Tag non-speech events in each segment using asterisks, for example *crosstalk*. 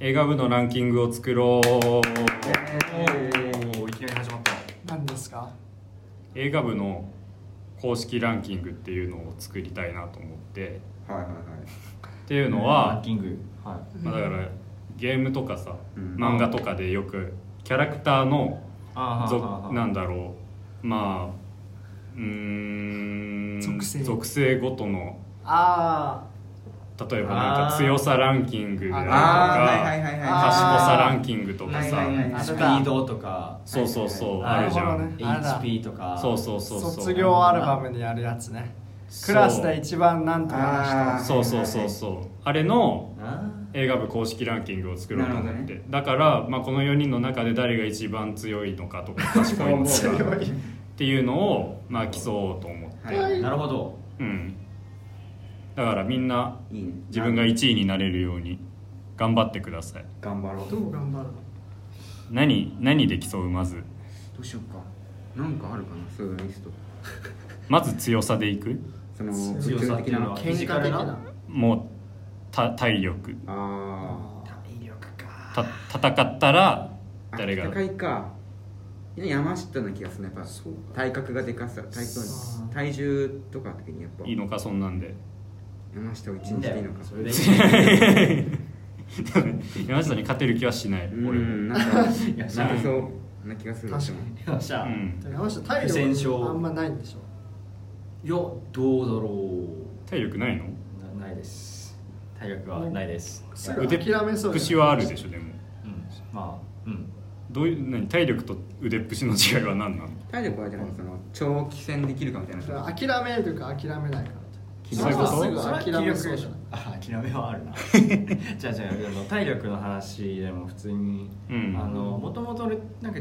映画部のランキングを作ろうおおいきなり始まった何ですか映画部の公式ランキングっていうのを作りたいなと思ってはいはいはいっていうのランは、キングはまあ、だからゲームとかさ、うん漫画とかでよくキャラクターのあーはーはーはぞーなんだろうまあうーん属性性ごとのあ例えばなんあかー強さランキングだとあーはいかはいはいあーは賢さランキングとかさ、はいはいはいいあスれピだードとかそうそうそう、はあいはいはいるじゃなるほどん、ねあれだ HP とかそうそうそうそう卒業アルバムにあるやつねクラスで一番なんとかな人あーそうそうそうそうあれのあ映画部公式ランキングを作ろうと思なっるて、ほどだから、まあ、この4人の中で誰が一番強いのかとか賢いのか *laughs* いっていうのを、まあ、競おうと思って、はーなるほどうんだからみんないいいね自分が1位になれるように頑張ってください頑張ろうどどう頑張るの何何で競うまずうしようかなんかあるかなそういうリストまず強さでいくその強さっていうのは物理フィジカルなもうた体力的なあ体力かた戦ったらあ誰が戦いか山下な気がするねやっぱ体格がでかさ体そう格体重とかの時にやっぱいいのかそんなんで山下を一いいん日だでいいよのかそれでいい山下に勝てる気はしないう俺んもなんか *laughs* いやしゃなりそうな気がする確かによっしゃ、うんでも山下不体戦力勝あんまないんでしょいやどうだろ体力ないのうなないです体力はないです、すぐ諦めそう腰はあるょでしょでもうん、まあうんどういう何体力と腕っぷしの違いは何なの体力はじゃあその長期戦できるかみたいなさ諦めるか諦めないかそういうことすぐ諦めそうじゃんあ諦めはあるなじゃあじゃああの体力の話でも普通に、うんあのもともとなんか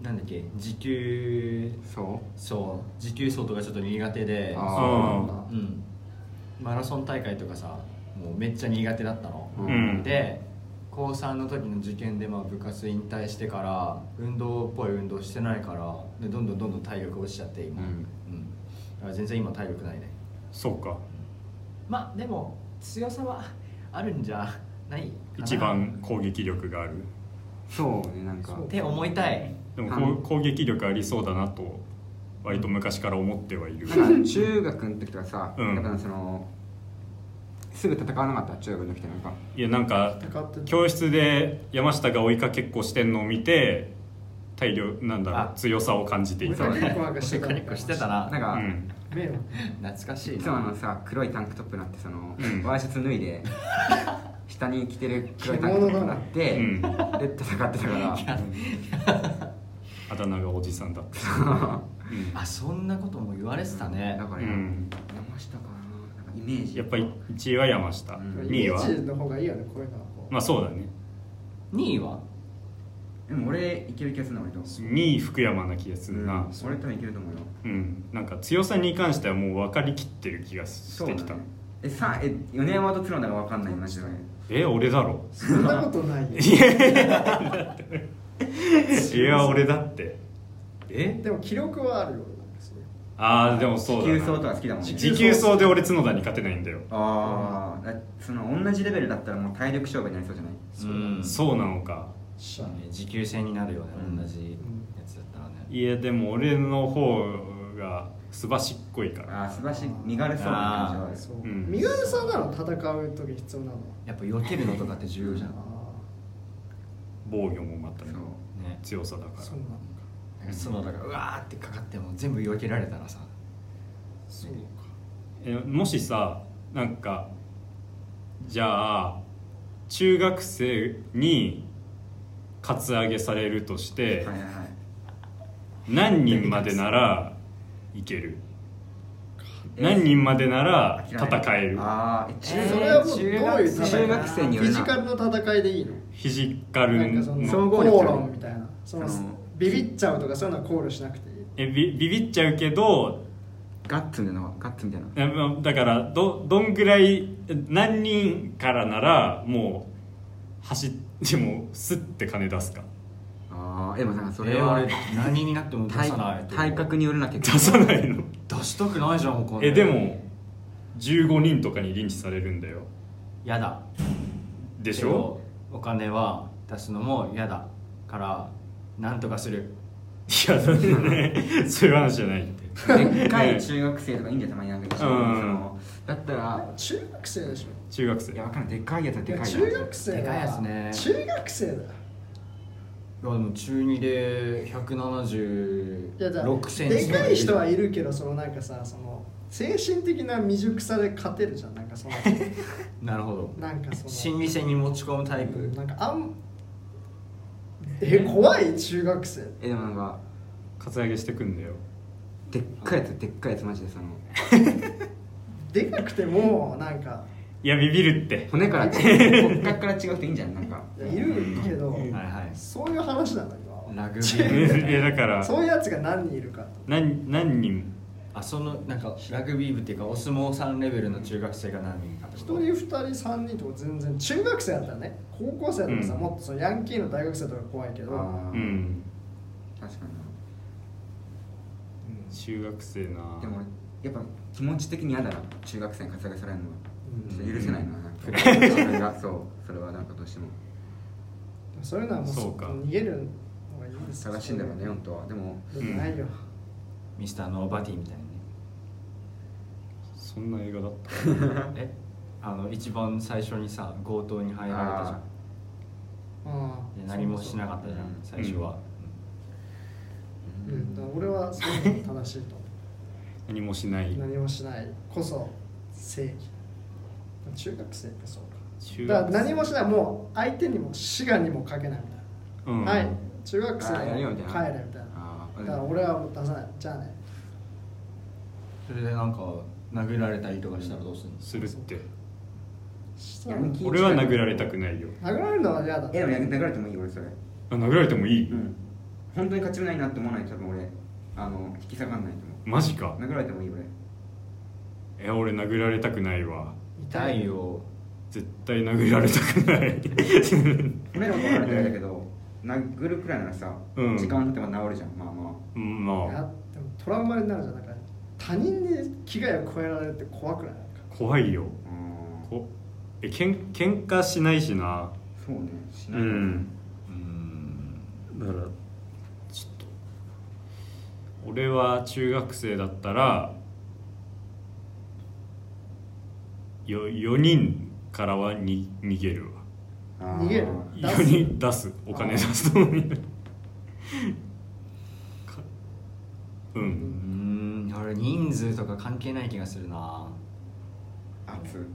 なんだっけ持久そそう持久走とかちょっと苦手でああうんマラソン大会とかさもうめっちゃ苦手だったの、ううんで高3の時の受験でまあ部活引退してから運動っぽい運動してないからでどんどんどんどん体力落ちちゃって今、うんうんだから全然今体力ないねそうかまあでも強さは *laughs* あるんじゃないかな一番攻撃力があるそうねなんかそうって思いたいでもあこう攻撃力ありそうだなと割と昔から思ってはいるなんか中学の時とかさ、うんやっぱそのすぐ戦わなかった中学の時ってなんかいやなんか戦ってて教室で山下が追いかけっこしてんのを見て体力なんだろうあ強さを感じていた追いかけっこなんかしてた追いかけっこしてたななうんか、ん迷惑懐かしいいつもあのさ黒いタンクトップになってその、うんワイシャツ脱 *laughs* いで下に着てる黒いタンクトップになって、うんで戦ってたからあだ名がおじさんだったうんあそんなことも言われてたねだから、うん山下かななんかイメージやっぱり1位は山下うん2位はイメージの方がいいよねこういうのはこうまあそうだね2位はでも俺いける気がするな俺と、 2位福山な気がするなうん俺多分いけると思うようんなんか強さに関してはもう分かりきってる気がしそてうきだたねえさえ米山と角田が分かんないマジでえ俺だ *laughs* ろそんなことないよいや俺だってえでも記録はあるよなんかそういうああでもそうだ地球走とかな好きだもんね持久走で俺角田に勝てないんだよああその同じレベルだったらもう体力勝負になりそうじゃないうんそうなのかしゃあね持久戦になるよねうん同じやつだったらねいやでも俺の方がすばしっこいからああ素晴らしい身軽そうな感じはあるそううん身軽さなの戦う時必要なのやっぱ避けるのとかって重要じゃんあ防御もまたねそうね強さだかあらそうなのかなんか角田がうわーってかかっても全部避けられたらさそうかえもしさなんかじゃあ中学生にカツアゲされるとしてはいはいはい何人までならいける何人までなら戦えるああええ中そ学れはもうどういう中学戦中いなの学生によるフィジカルなの戦いでいいのフィジカなルんかそのの総合力口論みたいなそのそのビビっちゃうとかそういうのは考慮しなくていいえビビビっちゃうけどガッツみたいなガッツみたいなえまあだからどどんぐらい何人からならもう走ってもスッて金出すかああでもなんかそそれれはは何になっても出体さない *laughs* と体格によるな *laughs* 結出さないの出したくないじゃん他えでも15人とかにリンチされるんだよやだでしょけどお金は出すのも嫌だからなんとかするいやだってね *laughs* そういう話じゃないってでっかい中学生とかいいんじゃんたまになんか一緒にうんそのだったら中学生でし中学いや生わかんないでっかいやつはょいでやかい中学生でかいやつね中学生だよいやでも中2でいやだ176センチでかい人はいるけどそのなんかさその精神的な未熟さで勝てるじゃんなんかそのなるほどなんかその心理戦に持ち込むタイうプんなんかあんえ怖い中学生えでもなんかカツアゲしてくんだよでっかいやつでっかいやつマジでそのでかくてもなんかいやビビる *laughs* って骨から骨格から違う人いいんじゃんなんかいやいるけど、はいはいそういう話なんだ今は *laughs* ラグビいー部やだからそういうやつが何人いるか何何人あそのなんかラグビー部っていうかお相撲さんレベルの中学生が何人かって一こと人二人三人とか全然中学生だったらね高校生だとさ、うんもっとそのヤンキーの大学生とか怖いけあどーうん確かに中学生なでもやっぱ気持ち的に嫌だな中学生に活躍されるのはちょっと許せないななんかそれがそうそれはなんかどうしてもそういうのはもうそうか逃げるのがいいです正しいんだろうね本当はでも良くないよ、ミスターノーバティみたいそんな映画だったなねえあの一番最初にさ強盗に入られたじゃんあああで何もしなかったじゃん最初は、うん、だから俺はそういうのが正しいと思何もしないう何もしないこそ正義中学生ってそう中かだ学生から何もしないもう相手にも志願にもかけないみたいうんな、はい中学生あーやるよみ帰たれいみなたいなあーだから俺はもう出さないじゃあねそれでなんか殴られたりとかしたらどうするのするってしたらヤンキー俺は殴られたくないよ殴られるのは嫌だえでも殴られてもいい俺それあ殴られてもいい、うん本当に勝ち目ないなって思わないと多分俺あの引き下がんないとマジか思う殴られてもいい俺え俺殴られたくないわ痛いよ絶対殴られたくない骨のことはあれだけど殴るくらいならさ、うん時間経てば治るじゃんまあまうんいまあやでもトラウマになるじゃんなんか他人に危害を加えられるって怖くないなんか怖いよあうんこえけん喧嘩しないしなそうねしうない、んうんだからちょっと俺は中学生だったらよ4人からはに逃げるわあー逃げる出す4人出すお金出すと思うかううんん俺人数とか関係ない気がするな熱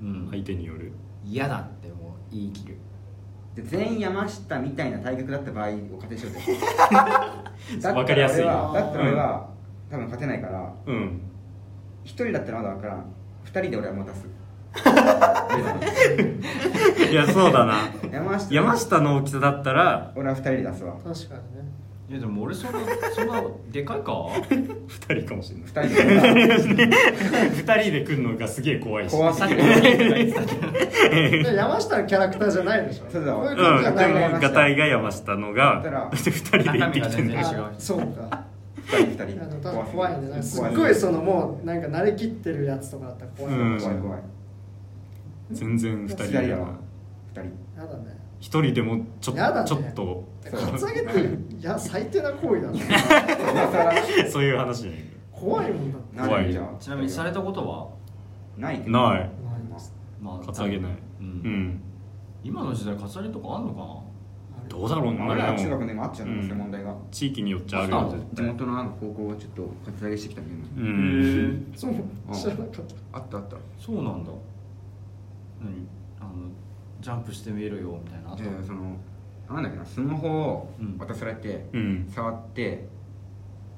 うん相手による嫌だってもう言い切るで全員山下みたいな体格だった場合を *laughs* 仮定しようぜだったら俺はわかりやすいだったら俺は、多分勝てないからうん一人だったらまだ分からん二人で俺はもう出すいやそうだな山下山下の大きさだったら俺は二人で *laughs* 出すわ確かにねいやでも俺 *laughs* そんなそんなでかい *laughs* か2人かもしれない二人で2人で来るのがすげえ怖いし怖すぎるで山下のキャラクターじゃないでしょそうだこわういううん感じじでゃないもでしょガタイが山下のだからが2人で行ってきてんだよ中身あが全然そうか二人あの二多人分怖いねなんかすっ怖ごいそのもうなんか慣れきってるやつとかだったら怖い、うん怖い怖い全然2人二だ人なだわ二人やだね1人でもちょ,、やだねちょっと *laughs* カツアゲっていや最低な行為だろ今更そういう話じゃない怖いもんだって怖いじゃあ *laughs* ちなみにされたことはないけどないないですまカツアゲないうんうん今の時代カツアゲとかあんのあれどうだろうな俺ら中学ででもあっちゃうのうんそういう問題が地域によっちゃあるよ絶地元のなんか高校をちょっとカツアゲしてきたみ対たういなんそう知らなかったあったあったかなそうなんだ何あのジャンプしてみろよみたいなあったでそのなんだっけなスマホを渡されて、うん触って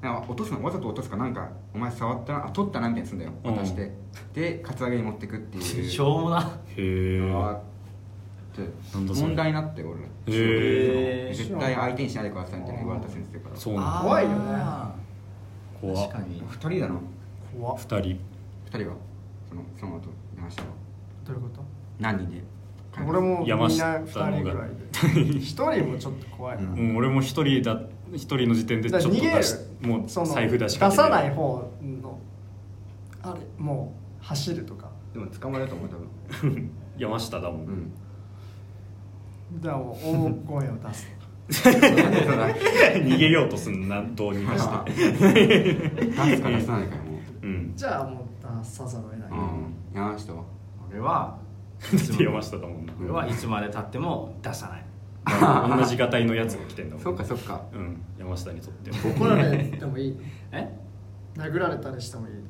なんか落とすのわざと落とすかなんかお前触ったなあ取ったなみたいにすんだようん渡して、でカツアゲに持ってくっていうしょうもなへえあーってなんだそれ問題になって俺らへー絶対相手にしないでくださいみたいな言われた先生からそうな怖いよねあー怖確かに2人だな怖の2人2人はそのその後出ましたわどういうこと何人で俺もみんな山下2人ぐらいで一人もちょっと怖いな、うんもう俺も一人だ一人の時点でちょっとだから出し逃もうその財布出しか出けてさない方のあれもう走るとかでも捕まれると思う多分山下だもん、うんじゃあもう大声を出す *laughs* 逃げようとすんなどうにかして出すか出さないかよもうん *laughs* じゃあもう出さざるを得ない、う、うん、山下は *laughs* 俺はだって山下だもんな俺はいつまでたっても出さない同じがたいのやつが来てんだもんそっかそっかうん山下にとって *laughs* 怒られてもいいえ殴られたりしてもいいう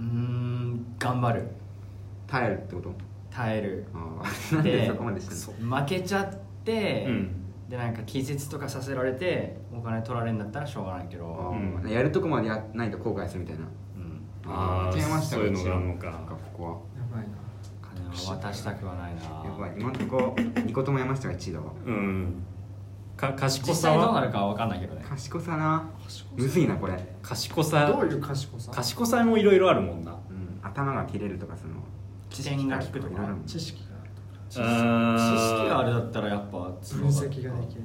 ーん頑張る耐えるってこと耐えるああなんでそこまでしてんの負けちゃって、うんでなんか気絶とかさせられてお金取られるんだったらしょうがないけあど、ーうんやるとこまでやんないと後悔するみたいなうん、あーー山下そういうのがあんのこかっちここはやばいな金は渡したくはないなやばい今んとこ2個とも山下が1位だわうんか賢実さ際どうなはるかは分かんないけどね賢さな賢むずいなこれ、賢さどさういう賢さ賢さもいろいろあるもんなうん、頭が切れるとかその知見が効くといろいろあかるもん知識があるとか知識知識うんがあれだったらやっぱ分析ができるみたい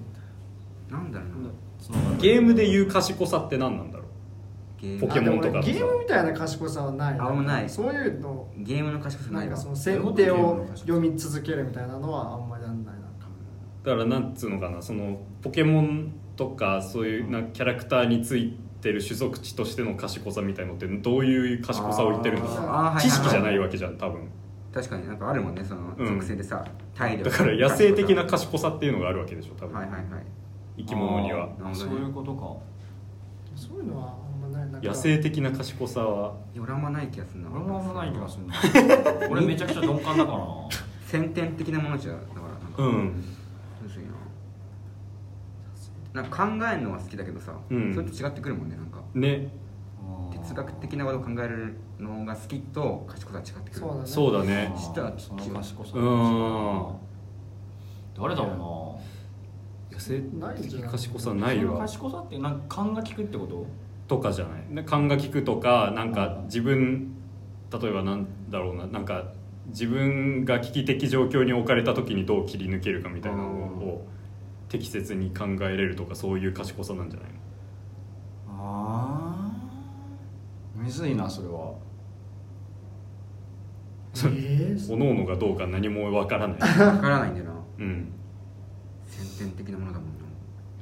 なんだろうなゲームでう言う賢さって何なんだろゲーポなケモンとかあでも俺ゲームみたいな賢さはないあんまないそういうのゲームの賢さななんいかわその先手を読み続けるみたいなのはあんまりなんないなんかうだからなんつうのかなそのポケモンとかそういうなキャラクターについてる種族値としての賢さみたいのってどういう賢さを言ってるんだろうあーあーはいはいはい知識じゃないわけじゃん多分確かになんかあるもんねそのうん属性でさ、体力だから野生的なさ賢さっていうのがあるわけでしょ多分、はいはいはい生き物にはあーそういうことかそういうのはあんまないなんか野生的な賢さはよらまない気がするな俺もあんまない気がするな *laughs* 俺めちゃくちゃ鈍感だ *laughs* からな先天的なものじゃだからなんかうんむずいななんか考えるのは好きだけどさ、うんそれと違ってくるもんねなんかね哲学的なことを考えるのが好きと賢さは違ってくるそうだそうだねね知ったら聞そきのよ賢さうん誰だろ野生ないんじゃ的ない賢さうなないそのわ賢さってなんか勘が利くってこととかじゃないな勘が利くとかなんかうん自分例えばなんだろうななんか自分が危機的状況に置かれた時にどう切り抜けるかみたいなのを適切に考えれるとかそういう賢さなんじゃないのああむずいなそれはえー各々がどうか何もわからない *laughs* わからないんだよなうん先天的なものだもんな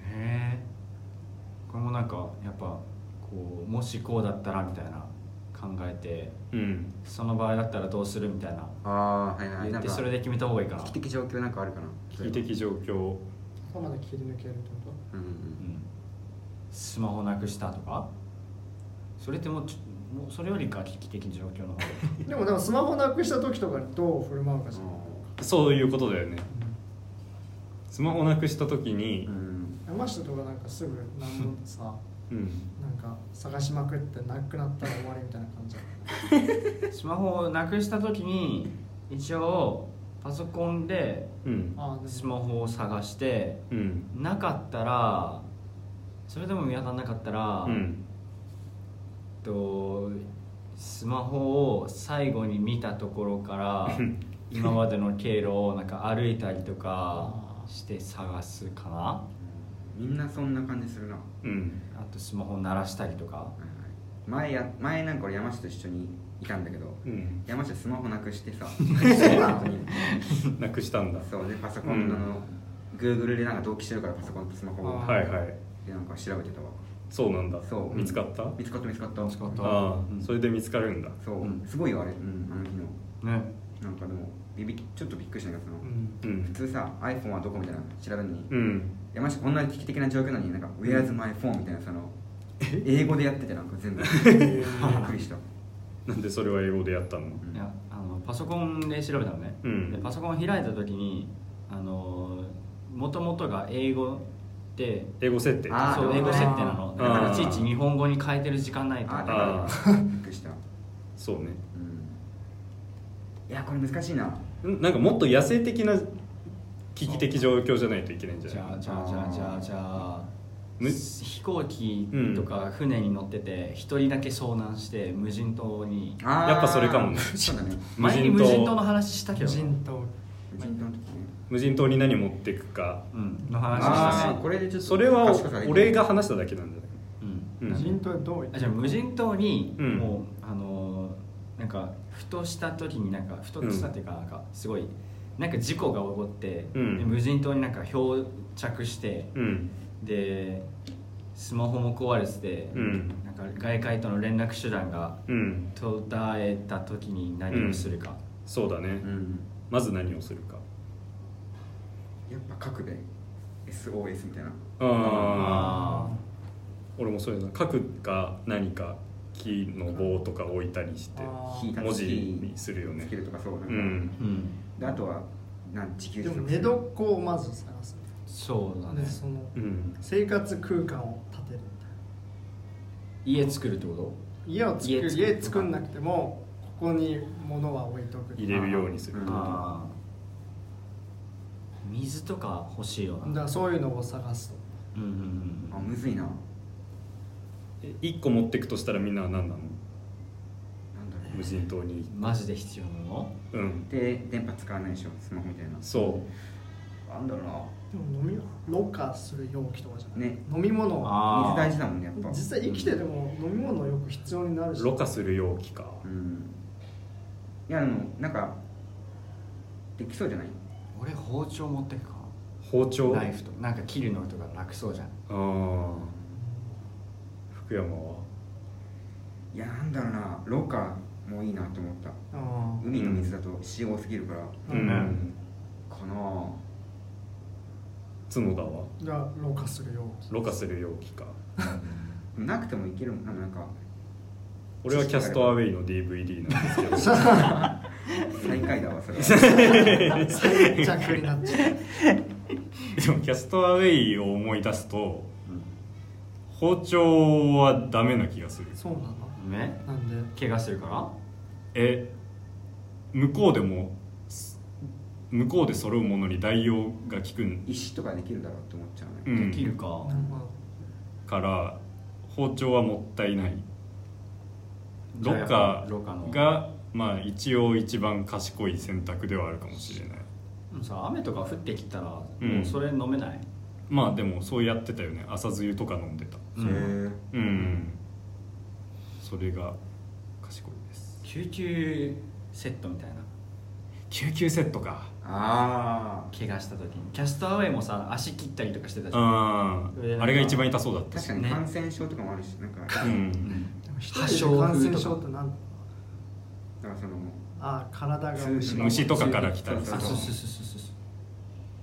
へえこれもなんかやっぱこうもしこうだったらみたいな考えてうんその場合だったらどうするみたいなあーはいはい言なっんてかそれで決めた方がいいかな危機的状況なんかあるかな危機的状況頭で切り抜けるってこうんうんうんスマホなくしたとかそれってもうちょもうそれよりか危機的状況の方がとでもでもスマホなくした時とかにどう振る舞うかじゃないそういうことだよねスマホなくした時にうん、うん山下とかなんかすぐ何もさうんなんか探しまくってなくなったら終わりみたいな感じ *laughs* だスマホをなくした時に一応パソコンでうんああでスもマホを探してうんなかったらそれでも見当たらなかったら、うんえっとスマホを最後に見たところから今までの経路をなんか歩いたりとかして探すかなみんなそんな感じするな、はうんあとスマホ鳴らしたりとかいはい、前や前なんか俺山下と一緒にいたんだけどうん山下スマホなくしてさなくしたんだそうでパソコンの、うんグーグルでなんか同期してるからパソコンとスマホをあはいはいでなんか調べてたわそうなんだそう見つかった見つかった見つかった見つかったああ、うんそれで見つかるんだそう、うんすごいよあれ、うん、あの日のねなんかでもビビちょっとびっくりしたんだけどその、うんう普ん通さ iPhone はどこみたいなの調べるのに、うん山下こんな危機的な状況なのになんか「Where's my phone」みたいなその英語でやっててなんか全部びっくりしたなんでそれは英語でやったのうんいやあのパソコンで調べたのね、うんでパソコン開いた時にもともとが英語で英語設定あーそう英語設定なのあーだからいちいち日本語に変えてる時間ないとあだーからびっくりした、うそうねん、いやこれ難しいなんなんかもっと野生的な危機的状況じゃないといけないんじゃじないゃあじゃあじゃあじゃあじゃあむ飛行機とか船に乗ってて一人だけ遭難して無人島にあーやっぱそれかもねそうだね無前に人無人島の島話したけどね人島無人島の時ね無人島に何持っていくかうんの話したああねこれでちょっとそれは賢さでいい俺が話しただけなんじゃないうんうん人島どういっあじゃあ無人島にうんもうあのーなんかふとした時になんかふとしたっていうかなんかすごいなんか事故が起こって、うんで無人島になんか漂着して、うんでスマホも壊れてて、うんなんか外界との連絡手段がうん途絶えた時に何をするか、そうだね、うんまず何をするかやっぱ核で SOS みたいなあああ俺もそういうの書くか何か木の棒とか置いたりしてあ火ー立つ文字にするよね火つけるとかそうなんうか、んーうんであとはなん地球儀でとかも寝床をまず探す、そうだねね、そのうん生活空間を建てるみたいな家作るってこと家を作る家作る家作んなくてもここに物は置いとく入れるようにするうんあー水とか欲しいよだかならそういうのを探すとうんうんうんあむずいなえ一個持ってくとしたらみんなは何なのなんだろ無人島にマジで必要なのうんうで電波使わないでしょスマホみたいなそなんだろうなでも飲みろ過する容器とかじゃない、ね飲み物はあー水大事だもんねやっぱ実際生きてでも飲み物よく必要になるしうろ過する容器かうんいやでもなんかできそうじゃない俺包丁持ってくか包丁ナイフとなんか切るのとか楽そうじゃんあー福山はいやなんだろうなろ過もいいなと思ったあ海の水だと塩多すぎるから、う、うんんかなぁ角田はーじゃあろ過する容器ろ過する容器かでもなくてもいけるもんでもなんか俺はキャストアウェイの DVD なんですけど最下位だわそれは最弱になっちゃう *laughs* でもキャストアウェイを思い出すと包丁はダメな気がするそうなのうんねなんで怪我するからえ向こうでもす向こうで揃うものに代用が効くん石とかできるだろうって思っちゃうね、うんできるかから包丁はもったいないじロゃあやッっぱカろ過のーがまあ一応一番賢い選択ではあるかもしれないでもさ雨とか降ってきたらもんうそれ飲めない、まあでもそうやってたよね朝露とか飲んでたうんへうんそれが賢いです救急セットみたいな救急セットかーあ怪我した時にキャストアウェイもさ足切ったりとかしてたじゃんあそれでなんあかあれが一番痛そうだっあた確 *laughs* しかにね感染症とかもあるし、なんかだかううんんでも一人で感染症ってなんらそのあー体が通虫とかから来たりすあるそうそうそうそうそう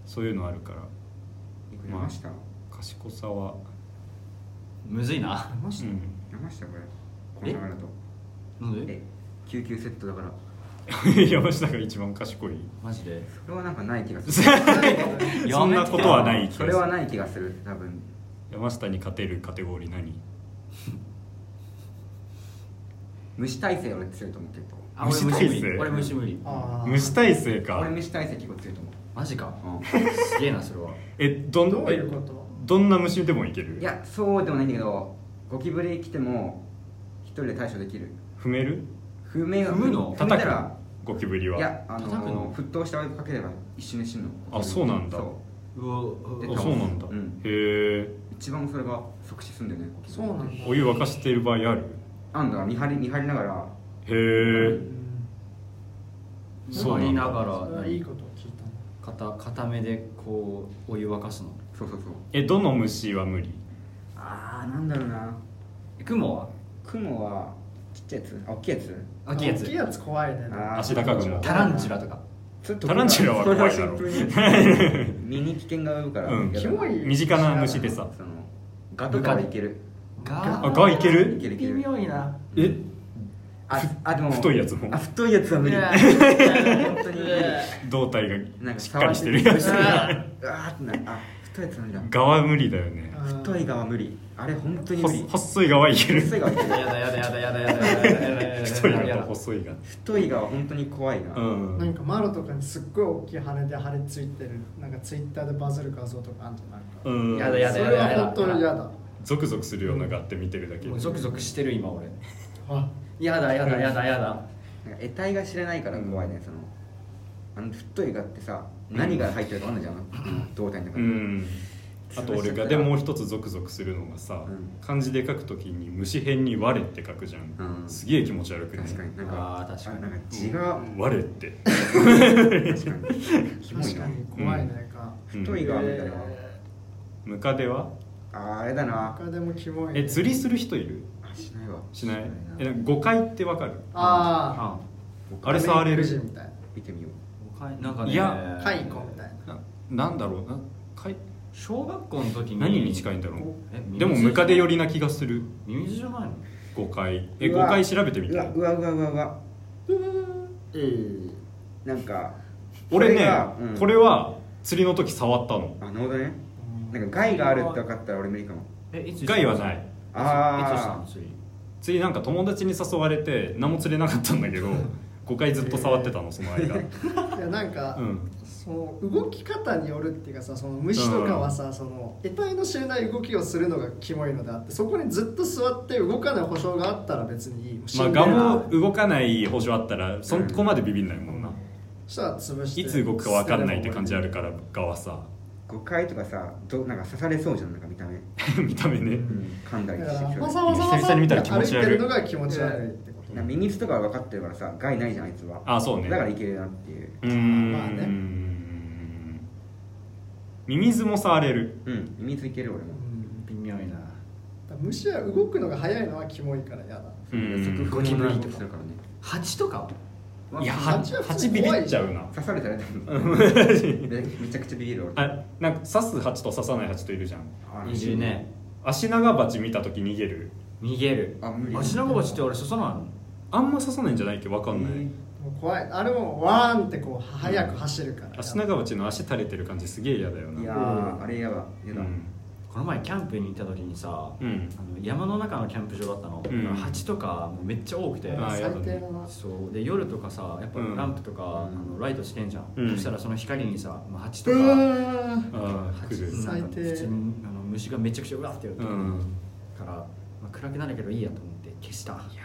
そういうのあるからいくらました、賢さはむず *laughs* いなましうたんやましたこれこんなのだとなんえで救急セットだから山下が一番賢いマジでそれはなんかない気がするそんなことはない気がすそれるはない気がする多分山下に勝てるカテゴリー何虫耐性俺強いと思う結あ俺虫無体理制無理俺無視無理あー虫耐性構か俺虫耐性結構強いと思マジかう、すげえなそれはえどんどうえいうことどんな虫でもいけるいやそうでもないんだけどゴキブリ来ても一人で対処できる踏める不明踏むの踏め叩たくらゴキブリはいやあ叩くのの沸騰したお湯かければ一瞬で死ぬのあそうなんだそうわであそうなんだ、うんへえう一番それが即死すんだよねそうなんだお湯沸かしてる場合あるあんだ見張り見張りながらへうえん座りながそれらはいいことを聞いた片片目でこうお湯沸かすのそうそうそうえどの虫は無理ああなんだろうな雲は雲はちっちゃいやつあ大きいやつ大きいや大きいつやつ怖いねあー足高雲タランチュラとかちょっとタランチュラは怖いだろそれはシンプルに *laughs* 身に危険が及ぶから、うんやだなキモい身近な虫でさそのガとかでいけるあガいけるいけるいけ微る妙いなえああでも太いやつもあ太いやつは無理うわ本当に無理胴体なんがかしっかりしてる触やってつうわーってなるあ太いやつは無理だガは無理だよねうん太いがは無理あれ本当に無理ほ細いガはいける太いがはいけやるだやだやだやだやだやだやだやだやだ太いやだガやとだ細いガ太いがは本当に怖いな、うんなんかマロとかにすっごい大きい羽で羽ついてるなんかツイッターでバズる画像とかあんじゃんないかうんやだやだそれは本当に嫌だゾクゾクするようなガって見てるだけもうゾクゾクしてる今俺あやだやだやだやだなんか得体が知れないから怖いね、そのあの太いがってさ何が入ってるか分かんないじゃん、胴体の中うに、んあと俺がでもう一つゾクゾクするのがさ、うん漢字で書くときに虫編に「我」って書くじゃん、うんすげえ気持ち悪くない確かになんあかー確かになんか字が我って確 *laughs* かにキモい確なかに怖いねか、うん太いがみたいなえムカデはあーあれだーな他でもキモい、ね、え釣りする人いるあしないわしないえななんか誤解ってわかるああああれ触れる人みたい見てみよう他になんかねいやな解雇みたいななんだろうなかい小学校の時に何に近いんだろうえでもムカデ寄りな気がするミミズじゃないの誤解えう誤わ解調べてみうたわらうわうわうわうわななんか俺これねがうんこれは釣りの時触ったのあなるほどねなんか害があるって分かったら俺無理かもえいつ害はないあーいつしたの釣り釣りなんか友達に誘われて何も釣れなかったんだけ *laughs* ど5回ずっと触ってたのその間いやなんか、うんその動き方によるっていうかさその虫とかはさ、その得体の知れない動きをするのがキモいのであってそこにずっと座って動かない保証があったら別にいいもう死まあんでるガからも動かない保証あったらそこまでビビんないもんなそしたら潰していつ動くか分かんないって感じあるからガはさ *laughs* 誤解とかさどなんか刺されそうじゃんなんか見た目、見た目ね噛んだだりかしてらきわてさわさわ久さ々に歩い見たてら気持ち悪いるのが気持ち悪いってことなんかミニスとかは分かってるからさ害ないじゃんあいつはあそうねだからいけるなっていううーんまあねミミズも触れるうんミニスいける俺も微妙いなだから虫は動くのが早いのはキモいから嫌だうん即ゴゴキキブブリリととかすかるからね蜂とかはいや蜂蜂は普通蜂にビビ怖いっちゃうな刺されたら多分めめちゃくちゃビビる俺あなんか刺す蜂と刺さない蜂といるじゃんあいるねアシナガバチ見た時逃げる逃げるあ無理アシナゴバチってあれ刺さないのあんま刺さないんじゃないっけ分かんない、もう怖いあれもワーンってこう早く走るからアシナガバチの足垂れてる感じすげえ嫌だよないやうーあれやばうやだ、んこの前キャンプに行った時にさうんあの山の中のキャンプ場だったの、うん蜂とかもうめっちゃ多くてあー最やだね低だなそうで夜とかさやっぱうんランプとか、うんあのライトしてんじゃん、うんそしたらその光にさもう蜂とうかわーああ蜂来るなんか最低普通にあの虫がめちゃくちゃうわってやるうから、んまあ、暗くなるけどいいやと思って消したいや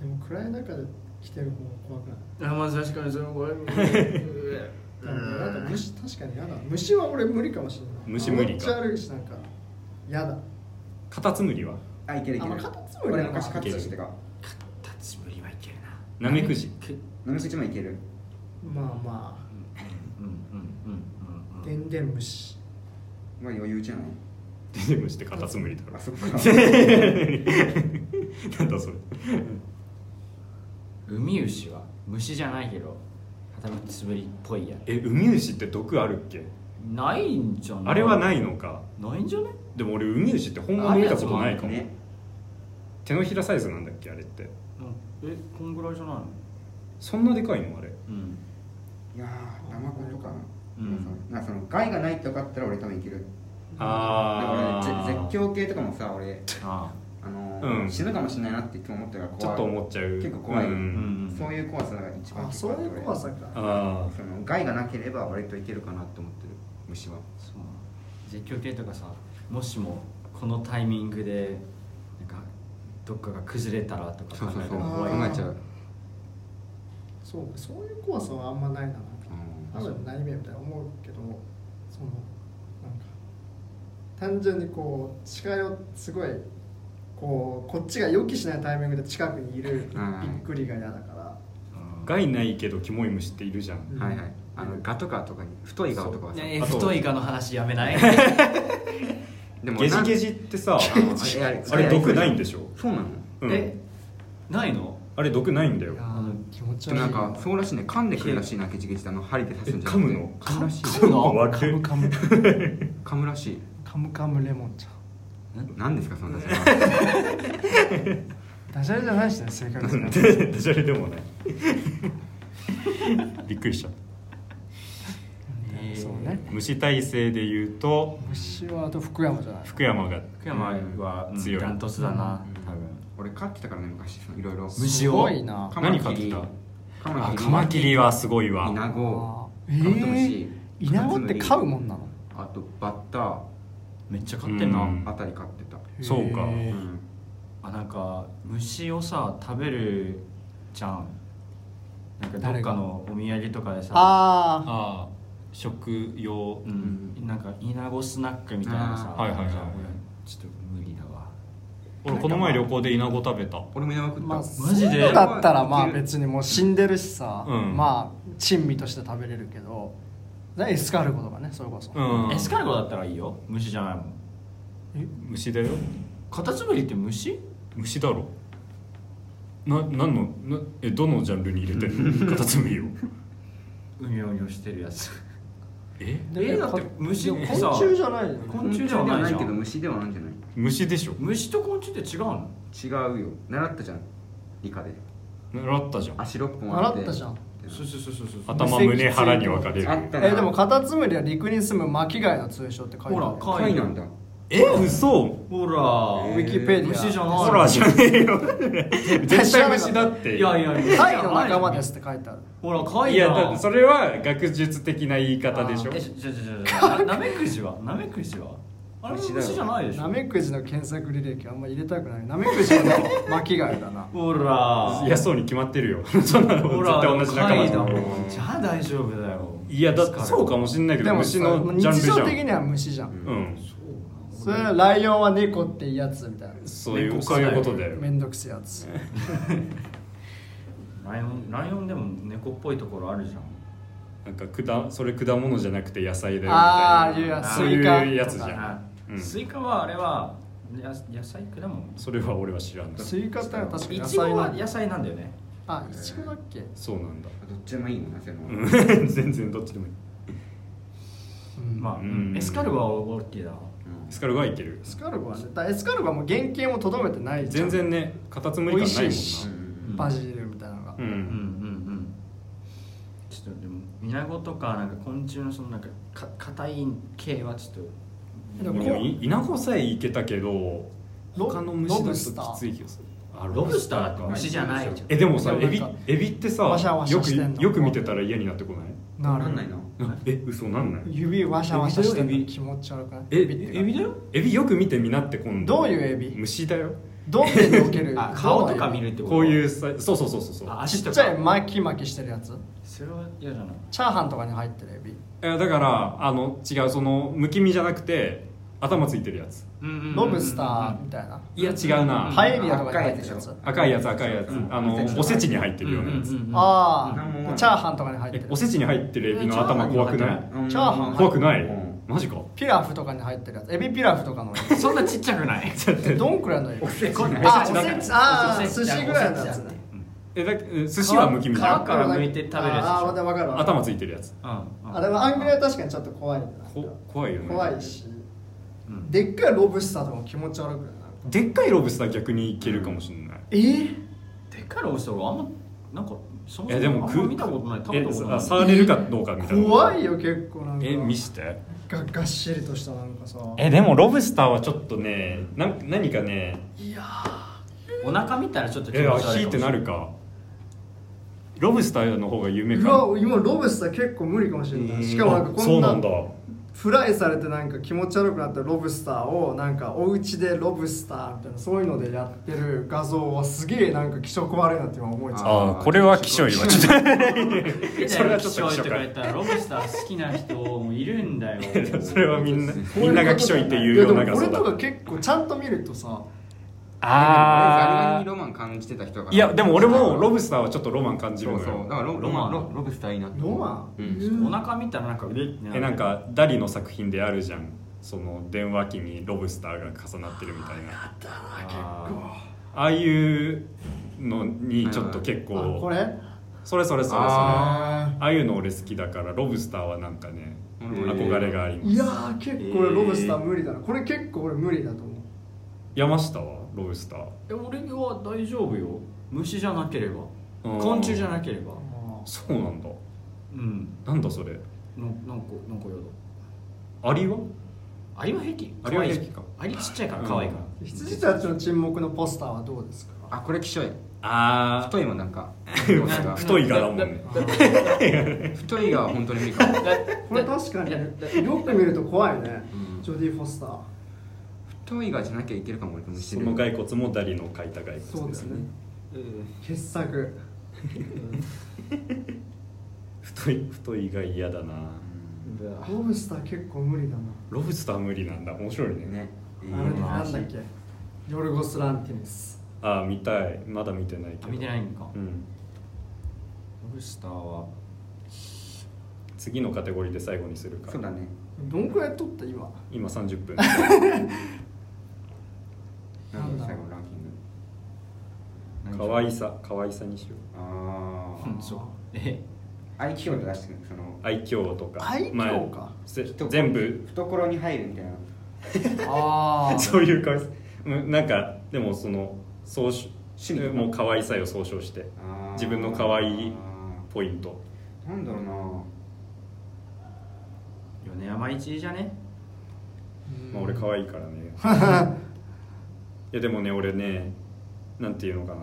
でも暗い中で来てる方が怖くないあまあ確かにそれこれ *laughs* だからなんか虫確かに嫌だ虫は俺無理かもしれない虫無理かめっちゃ悪いしなんか嫌だカタツムリはあいけるいけるあまあカタツムリは俺昔カタツムリしてた立ちぶりはいけるなナメクジく飲みすぎてもいけるまあまうんうんあうんうんでんでん虫まあ余裕じゃないデデムシってカタツムリだろあそっかなんだそれウミウシは虫じゃないけど頭つぶりっぽいやえウミウシって毒あるっけないんじゃないあれはないのかないんじゃないでも俺ウミウシって本物見たことないかも、ね手のひらサイズなんだっけあれってえこんぐらいじゃないのそんなでかいのあれうんいやー卵とかな,、うんなんかその害がないって分かったら俺多分いけるあだから俺あぜ絶叫系とかもさ俺ああのーうん死ぬかもしれないなっていつも思ったから怖いちょっと思っちゃう結構怖いうんあうんそういう怖さが一番あそういう怖さかあその害がなければ割といけるかなって思ってる虫はそう絶叫系とかさもしもこのタイミングでなんかどっかが崩れたらとか考えたそうそら怖いうそうな考えちゃうそうそういう怖さはあんまないななんかあるないみたいな思うけどそのなんか単純にこう近寄っすごいこうこっちが予期しないタイミングで近くにいるびうんっくりが嫌だからうん害ないけどキモい虫っているじゃんはいはいあのガとかとかに太いガとかはさねえあと太いかの話やめないでゲジゲジジってさ *laughs* あのあれあれあれ毒ないんでしょそうなのうんえないのあれ毒ないんだよあの気持ちでもなんかそうらしいね噛んでくるらしいなゲジゲジってあの針で刺すんじゃなくえて噛むの噛むらしい噛むの悪いカム噛むらしいカムカムレモンちゃん何ですかその話はダジャレじゃないしね正確にデジャレでもないびっくりしちゃったえーそうね虫耐性で言うと虫はあと福山じゃない福山が福山は強いダントツだなうん多分俺飼ってたからね昔いろいろ虫すをごいなカマ何キ飼ってリたカマあキリカマキリはすごいわイナゴえカブトムシえー、イナゴって飼うもんなのあとバッタめっちゃ飼ってんな、うんーあたり飼ってたそうかへーうんあなんか虫をさ食べるじゃんなんかどっかのお土産とかでさああああ食用、なんかイナゴスナックみたいなさあーはいはいはいじゃあ俺ちょっと無理だわ俺この前旅行でイナゴ食べた俺もいなく食った、まあ、マジでそういうのだったらまあ別にもう死んでるしさ、うんまあ珍味として食べれるけどエスカルゴとかねそれこそ、うんエスカルゴだったらいいよ虫じゃないもんえ虫だよカタツムリって虫虫だろな何のなえどのジャンルに入れてるのカタツムリをうにょうにょしてるやつええだって虫でもってさ昆虫じゃないよね昆虫ではないじゃんけど虫ではないんじゃな虫でしょ *laughs* 虫と昆虫って違うのい違うよ習ったじゃん理科で習ったじゃん足6本あって習ったじゃんそうそうそうそうそう頭胸腹に分かれるあったえでもカタツムリは陸に住む巻貝の通称って書いてあるほらか貝なんだえ嘘ほえらーウィキペディア虫じゃないほらじゃねえよ絶対虫だっていやいや虫じゃない貝の仲間ですって書いてあるほら貝いやだってそれは学術的な言い方でしょえちょちょちょちょななめくじはなめくじはあれも虫じゃないでしナょメクジの検索履歴あんま入れたくないナメクジは巻貝だ *laughs* なほらいやそうに決まってるよ *laughs* そんなのほ絶ら対同じ仲間貝じだゃもんんじゃあ大丈夫だよいやだってそうかもしんないけでども虫さのジャンル日じゃ常ん的には虫じゃん、うんそれはライオンは猫っていいやつみたいなそういう猫そかうないうことだよめんどくせえやつライオンライオンでも猫っぽいところあるじゃんなんか果それ果物じゃなくて野菜だよみたいなあーいやそうスイカいうやつじとゃんあうんスイカはあれはや野菜果物それは俺は知らないスイカって確かい野ちご菜はな野菜なんだよねあいちごだっけそうなんだ *laughs* どっちでもいいのなせのうん全然どっちでもいいうんまあ、うんエスカルゴはオッケーだエスカルゴはいけるエスカルゴはねだからエスカルゴはもう原型もとどめてないじゃ全ん然ねカタツムリ感ない美も味しいしうんバジルみたいなのが、んなううんんうんうんちょっとでもイナゴとかなんか昆虫のそのなんかか硬い系はちょっえででももこういイナゴさえいけたけどロ他の虫ロだブスタとーきつい気がするあとロブスターだって虫じゃないじゃんえでもさエでもなんビかエビってさワシャワシよャしてんくのよく見てたら嫌になってこないなるんないのえ嘘なんない指ワシャワシャしてエビだよエるビ気持ち悪くないえってかエビだよエビよく見てみなって今度どういうエビ虫だよどんなに避ける *laughs* あ顔とか見るってことこういううさそうそうそうそうそうあち足っとちかゃい巻き巻きしてるやつそれは嫌じゃないチャーハンとかに入ってるエビえだからあの違うそのむき身じゃなくて頭ついてるやつロブスターみたいないや違うな、うんパエリアとかに入ってる赤いやつでしやつょ赤いやつ赤いやつ、うんあのおせちに入ってるようなやつ、あうんうあんチャーハンとかに入ってえるおせちに入ってるエビの頭怖くないうんチャーハン怖くない、うんマジかピラフとかに入ってるやつエビピラフとかのやつそんなちっちゃく *laughs* ない *laughs* どんくらいのエビせちないあおおせちだからせちあおあせち寿司ぐらいのやつおせちだねえだえ寿司はむき身皮じかゃんら剥いて食べるやつでしょああわかるわかる頭ついてるやつうんあれはあんぐらいは確かにちょっと怖いよねこ怖いよね怖いしうんでっかいロブスターとかも気持ち悪くないでっかいロブスター逆にいけるかもしれない、えーでっかいロブスターはあんまなんかそもそもえでもあんま見たことない食べたことなえいさ触れるかどうかみたいな怖いよ結構なんかえ見してががっしりとしたなんかさえでもロブスターはちょっとねなん何かねいやお腹見たらちょっとえあいひいてなるかロブスターの方が夢ーうかわ今ロブスター結構無理かもしれないしかもなんあかそこうんななんだフライされてなんか気持ち悪くなったロブスターをなんかお家でロブスターみたいなそういうのでやってる画像はすげえなんか気色悪いなって今思いついたあーこれは気象いわちょっとそそれれははちちょょっっと希と少かロブスター好きな人もいるんだ *laughs* よそれはみんなそうですみんなが気象いって言うような画い像やでもこれとかだ結構ちゃんと見るとさああザリガニロマン感じてた人がいやでも俺もロブスターはちょっとロマン感じるそのうそうだかよらロロマンロロブスターいいなってロマン、うんお腹見たらなんかうれってえなんかダリの作品であるじゃんその電話機にロブスターが重なってるみたいなあああいうのにちょっと結あこ構れそれそれそれそれあああいうの俺好きだからロブスターはなんかね俺も憧れがありますいやー結構俺ロブスター無理だな、これ結構俺無理だと思う山下はロブスターーえ俺は大丈夫よ虫じゃなければうん昆虫じゃなければそうなんだうんなんだそれのなんかなんかやだアリはアリは平気アリは平気かアリちっちゃいから可愛いから羊たちの沈黙のポスターはどうです *laughs* かーあこれ気象いあ太いもんなんかな太い柄もんねなな太いが本当にミカこれ確かによく見ると怖いね、うんジョディ・フォスター太いがじゃなきゃいけるかも俺も知そるの骸骨もダリの描いた骸そ骨うでですすねね傑作太い太いが嫌だなうんうわロブスター結構無理だなロブスター無理なんだ面白いねねいいあれマなんジだっけヨルゴス・ランティネスああ見たいまだ見てないけあど見てないんかうんロブスターは次のカテゴリーで最後にするからそうだねどんくらい撮った今今30分なんだなんだ最後のランキング可愛さ可愛さにしよあうんあそうえ愛嬌と出してくるそのう愛嬌とか愛嬌前かせ懐全部懐に入るみたいなあ *laughs* あそういう可愛さうんなんかでもその総し趣味もう可愛さを総称してあー自分の可愛いポイントあーなんだろうな米山一位じゃ *laughs* ねまあ俺可愛いからねいやでもね俺ねなんていうのかな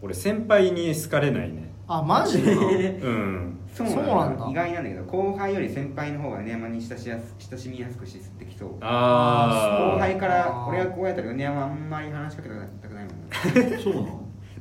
俺先輩に好かれないねあマジかうんそうそうなんだ意外なんだけど後輩より先輩の方が米山に親しやす親しみやすくしできそうああ後輩からあー俺がこうやったら米山あんまり話しかけたくないもんなそうなの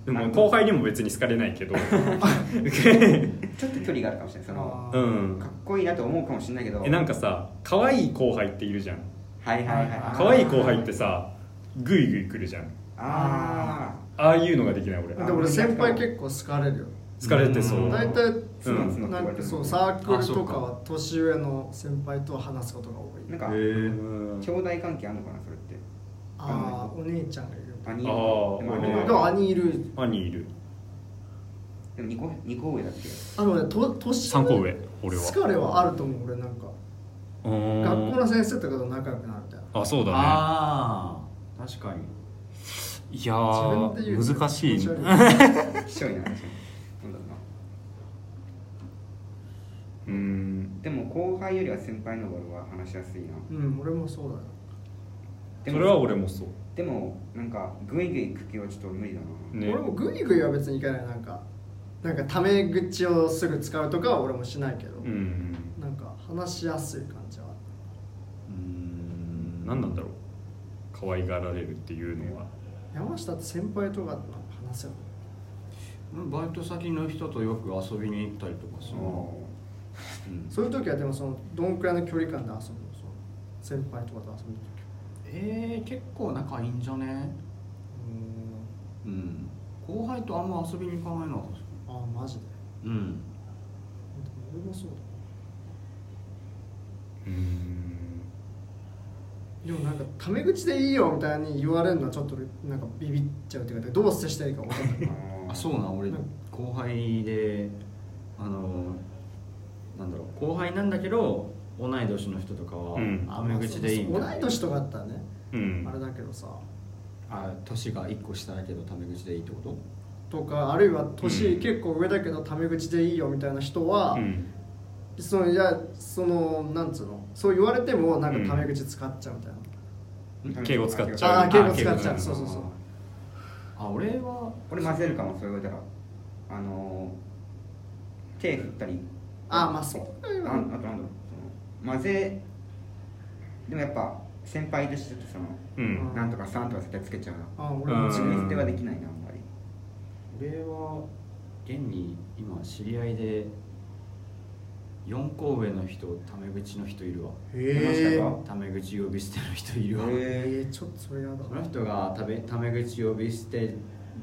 でも後輩にも別に好かれない *laughs* けど *laughs* ちょっと距離があるかもしれないそのあうーんかっこいいなと思うかもしれないけどえなんかさ可愛い後輩っているじゃんはいはいはいあー可愛い後輩ってさグイグイ来るじゃんあああいうのができない俺で俺先輩結構好かれるよ疲れてそううん大体う角ん角なんかそうサークルとかは年上の先輩と話すことが多あないんか兄うん弟関係あるのかなそれってああお姉ちゃんがいる兄あーで俺もあれでも兄いる兄いるでも2個二個上だっけ *laughs* あのねと年3個上俺は疲れはあると思う俺なんかうーん学校の先生とかと仲良くなるみたいなあそうだねああ確かにいや自分で言うー難しい気持ち悪きしょいな確かになんだろうなうんでも後輩よりは先輩の方が俺は話しやすいなうん俺もそうだよそでもれは俺もそうでもなんかグイグイ行く気はちょっと無理だな、ね俺もグイグイは別にいかないなんかなんかタメ口をすぐ使うとかは俺もしないけど、うんなんか話しやすい感じはあるうん何なんだろう可愛がられるっていうのは山下って先輩とかとなんか話せるバイト先の人とよく遊びに行ったりとかさ、あうんそういう時はでもそのどんくらいの距離感で遊ぶのその先輩とかと遊ぶ時はえー、結構仲いいんじゃねうん後輩とあんま遊びに行かないな確かうーんああマジでにうん俺もそうだうんでもなんかタメ口でいいよみたいに言われるのはちょっと俺なんかビビっちゃうというかどう接したらいいか分かん *laughs* ないあそうな俺うん後輩であのなんだろう後輩なんだけど同い年の人とかはうんタメ口でいいみ同たいい年とかだったらね、うんあれだけどさあ年が1個下だけどタメ口でいいってこととかあるいはう年ん結構上だけどタメ口でいいよみたいな人は、うんそのいやそのなんつうのそう言われてもなんかタメ口使っちゃうみたいな、敬語使っちあゃうあー敬語使っちゃあうそうそうそうあ俺は俺混ぜるかもそれ言われたらあのー手振ったりああまあそあうあとなんだろうその混ぜでもやっぱ先輩としてちょっとその、うんなんとかさんとか絶対つけちゃうなああ俺も自うん分捨てはできないなあんまり俺は現に今知り合いで4個上の人タメ口の人いるわへえ山下がタメ口呼び捨ての人いるわへえー、ちょっとそれやだその人がタメタメ口呼び捨て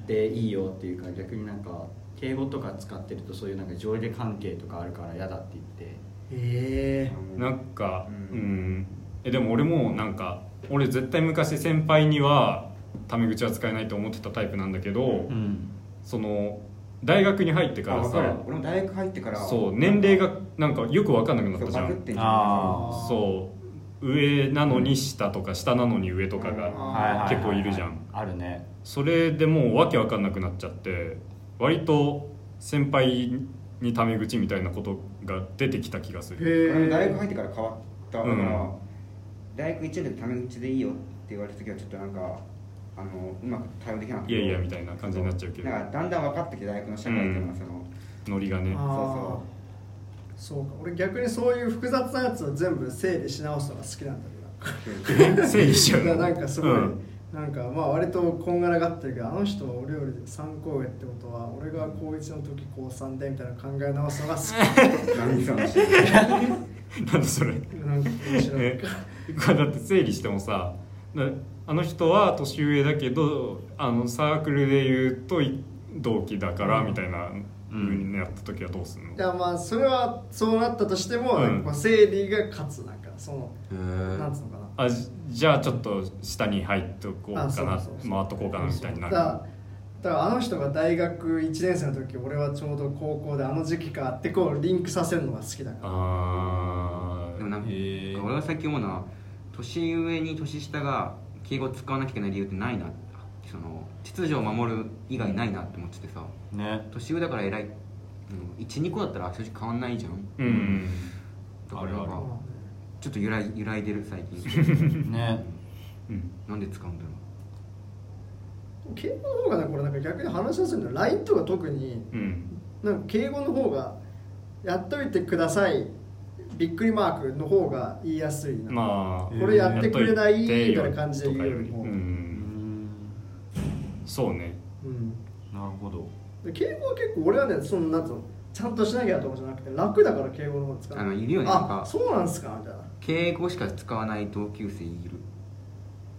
でいいよっていうか逆になんか敬語とか使ってるとそういうなんか上下関係とかあるから嫌だって言ってえなんか、ううんん、えでも俺もなんか俺絶対昔先輩にはタメ口は使えないと思ってたタイプなんだけど、んその大学に入ってあから分かるさ俺も大学入ってからそう年齢がなんかよく分かんなくなったじゃバグっんてんじゃんあーそう上なのに下とか下なのに上とかがはい結構いるじゃんあるねそれでもうわけ分かんなくなっちゃって割と先輩にタメ口みたいなことが出てきた気がすー、る俺も大学へ入ってから変わったから、うん大学1年の時タメ口でいいよって言われた時はちょっとなんかあのうまく対応できなかったいやいやみたいな感じになっちゃうけどなんかだんだん分かってきて大学の社会っていうのはその、 *laughs* ノリがねえああそうか俺逆にそういう複雑なやつを全部整理し直すのが好きなんだけど整理しちゃういやなんかすごい、うんなんかまあ割とこんがらがってるけどあの人は俺より3個上ってことは俺が高1の時高3でみたいな考え直すのが好何その人なんでそれきなんか面白いえだって整理してもさなあの人は年上だけどあのサークルで言うとい同期だからみたいなふうになった時はどうすんの、 *laughs* いやまあそれはそうなったとしても、うんまあ生理が勝つなんかその、へなーんつうのかなあじじゃあちょっと下に入っとこうかなあそうそうそう回っとこうかなみたいになだるだからあの人が大学1年生の時俺はちょうど高校であの時期かってこうリンクさせるのが好きだからあーでもなんかへえ俺が最近思うのは年上に年下が敬語使わなきゃいけない理由ってないなその秩序を守る以外ないなって思っててさね年上だから偉い12個だったら正直変わんないじゃんうんだからあるあるなんかまちょっと揺らい揺らいでる *laughs* 最近ねうんなんで使うんだろあね敬語の方がねこれなんか逆に話しやすいんだよ LINE とか特にうんなんか敬語の方がやっといてくださいびっくりマークの方が言いやすいな、まあこれやってくれないやっとてよみたいな感じで言うよりもとかよりううんんそうねうんなるほどで敬語は結構俺はねそのなんつうのちゃんとしなきゃとかじゃなくて楽だから敬語の方が使うあのいるよねなんあかそうなんすかみたいなう敬語しか使わない同級生いる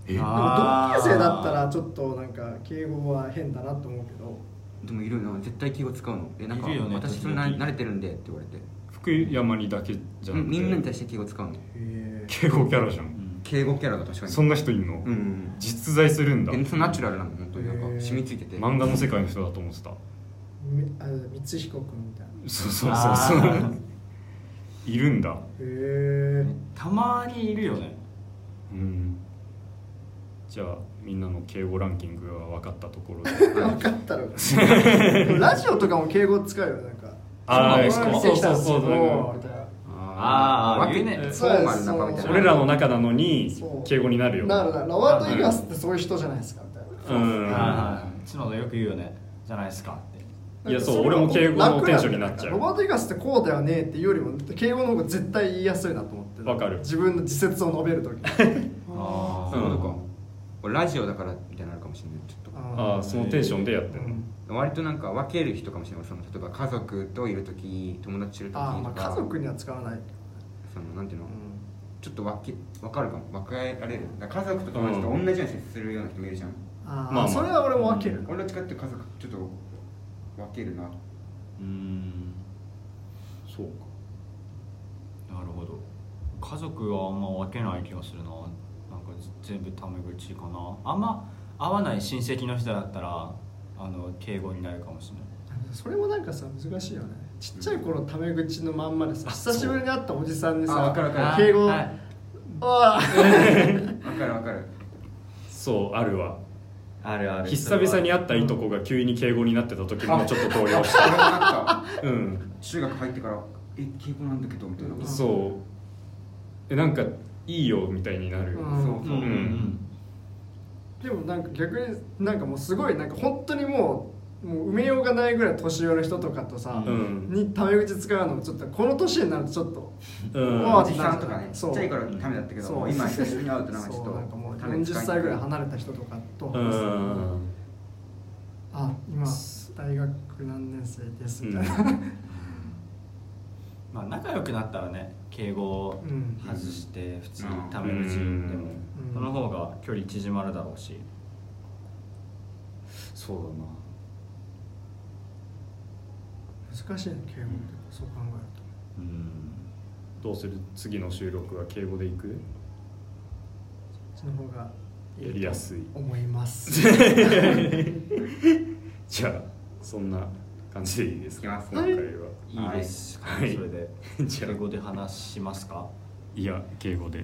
えあなんかー同級生だったらちょっとなんか敬語は変だなと思うけどでもいるの絶対敬語使うのえなんかいるよね私それな慣れてるんでって言われて福山にだけじゃうなくんてみんなに対して敬語使うのへ敬語キャラじゃん、敬語キャラが確かにそんな人いんの、うんうん実在するんだえそのナチュラルなの本当になんかへー染みついてて漫画の世界の人だと思ってたあ光彦君みたいなそうそうそうあそうーいるんだへえたまにいるよねうんじゃあみんなの敬語ランキングは分かったところで分かったろ *laughs* ラジオとかも敬語使うよなんかあーそうそう来たんですそうそようそうみたいなあーわけね言うねフォーマルな顔みたいな俺らの中なのにそう敬語になるよなるなるロバート・イガスってそういう人じゃないですかみたいなうんはい角田よく言うよねじゃないですかっていやそうなんかれ俺がも敬語のテンションになっ楽ちゃんだようロバート・イガスってこうではねえっていうよりも敬語の方が絶対言いやすいなと思ってわかる自分の自説を述べるときあそううんとか俺ラジオだからみたいなのあるかもしれないちょっとああそのテンションでやってうるの、ん割となんか分ける人かもしれないその例えば家族といる時友達といる時とあかあまあ家族には使わないけどそのなんていうの、うんちょっと分け分かるかも分けられるだから家族と友達と同じように接するような人もいるじゃん、あー、まあまあそれは俺も分ける、俺どっちかっていうと家族ちょっと分けるなうんそうかなるほど家族はあんま分けない気がするななんか全部タメ口かなあんま会わない親戚の人だったらあの敬語になるかもしれないそれもなんかさ難しいよねちっちゃい頃タメ口のまんまでさ久しぶりに会ったおじさんにあさわかるわかる敬語、はいあ分かる分かるそうあるわあるあ久々に会ったいとこが急に敬語になってた時もちょっと動 *laughs* 揺し俺もなんかたうん中学入ってから「え敬語なんだけど」みたいな、そうそうえなんかいいよみたいになる、うんそううんうんうんーでもなんか逆になんかもうすごいなんか本当にもうもう埋めようがないぐらい年上の人とかとさ、うんにタメ口使うのもちょっとこの年になるとちょっとうんまあおじさんとかねちそうっちゃい頃ためだったけどもう今久しぶりに会うとなんかちょっそうとなんかもうために40使歳ぐらい離れた人とかと話すうんあ今大学何年生ですみたいな、まあ仲良くなったらね敬語をうん外して普通にうんタメ口でもうんその方が距離縮まるだろうしそう難しいね敬語ってそう考えると。うんだなどうする次の収録は敬語でいくそっちの方がやりやすいと思います。じゃあそんな感じでいいですかいきます今回は、いいですかはいそれでじゃあ敬語で話しますかいや敬語で *laughs*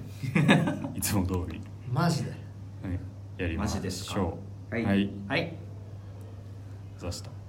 いつも通り、マジで。はい、やりましょうマジですかはいはい、はいざした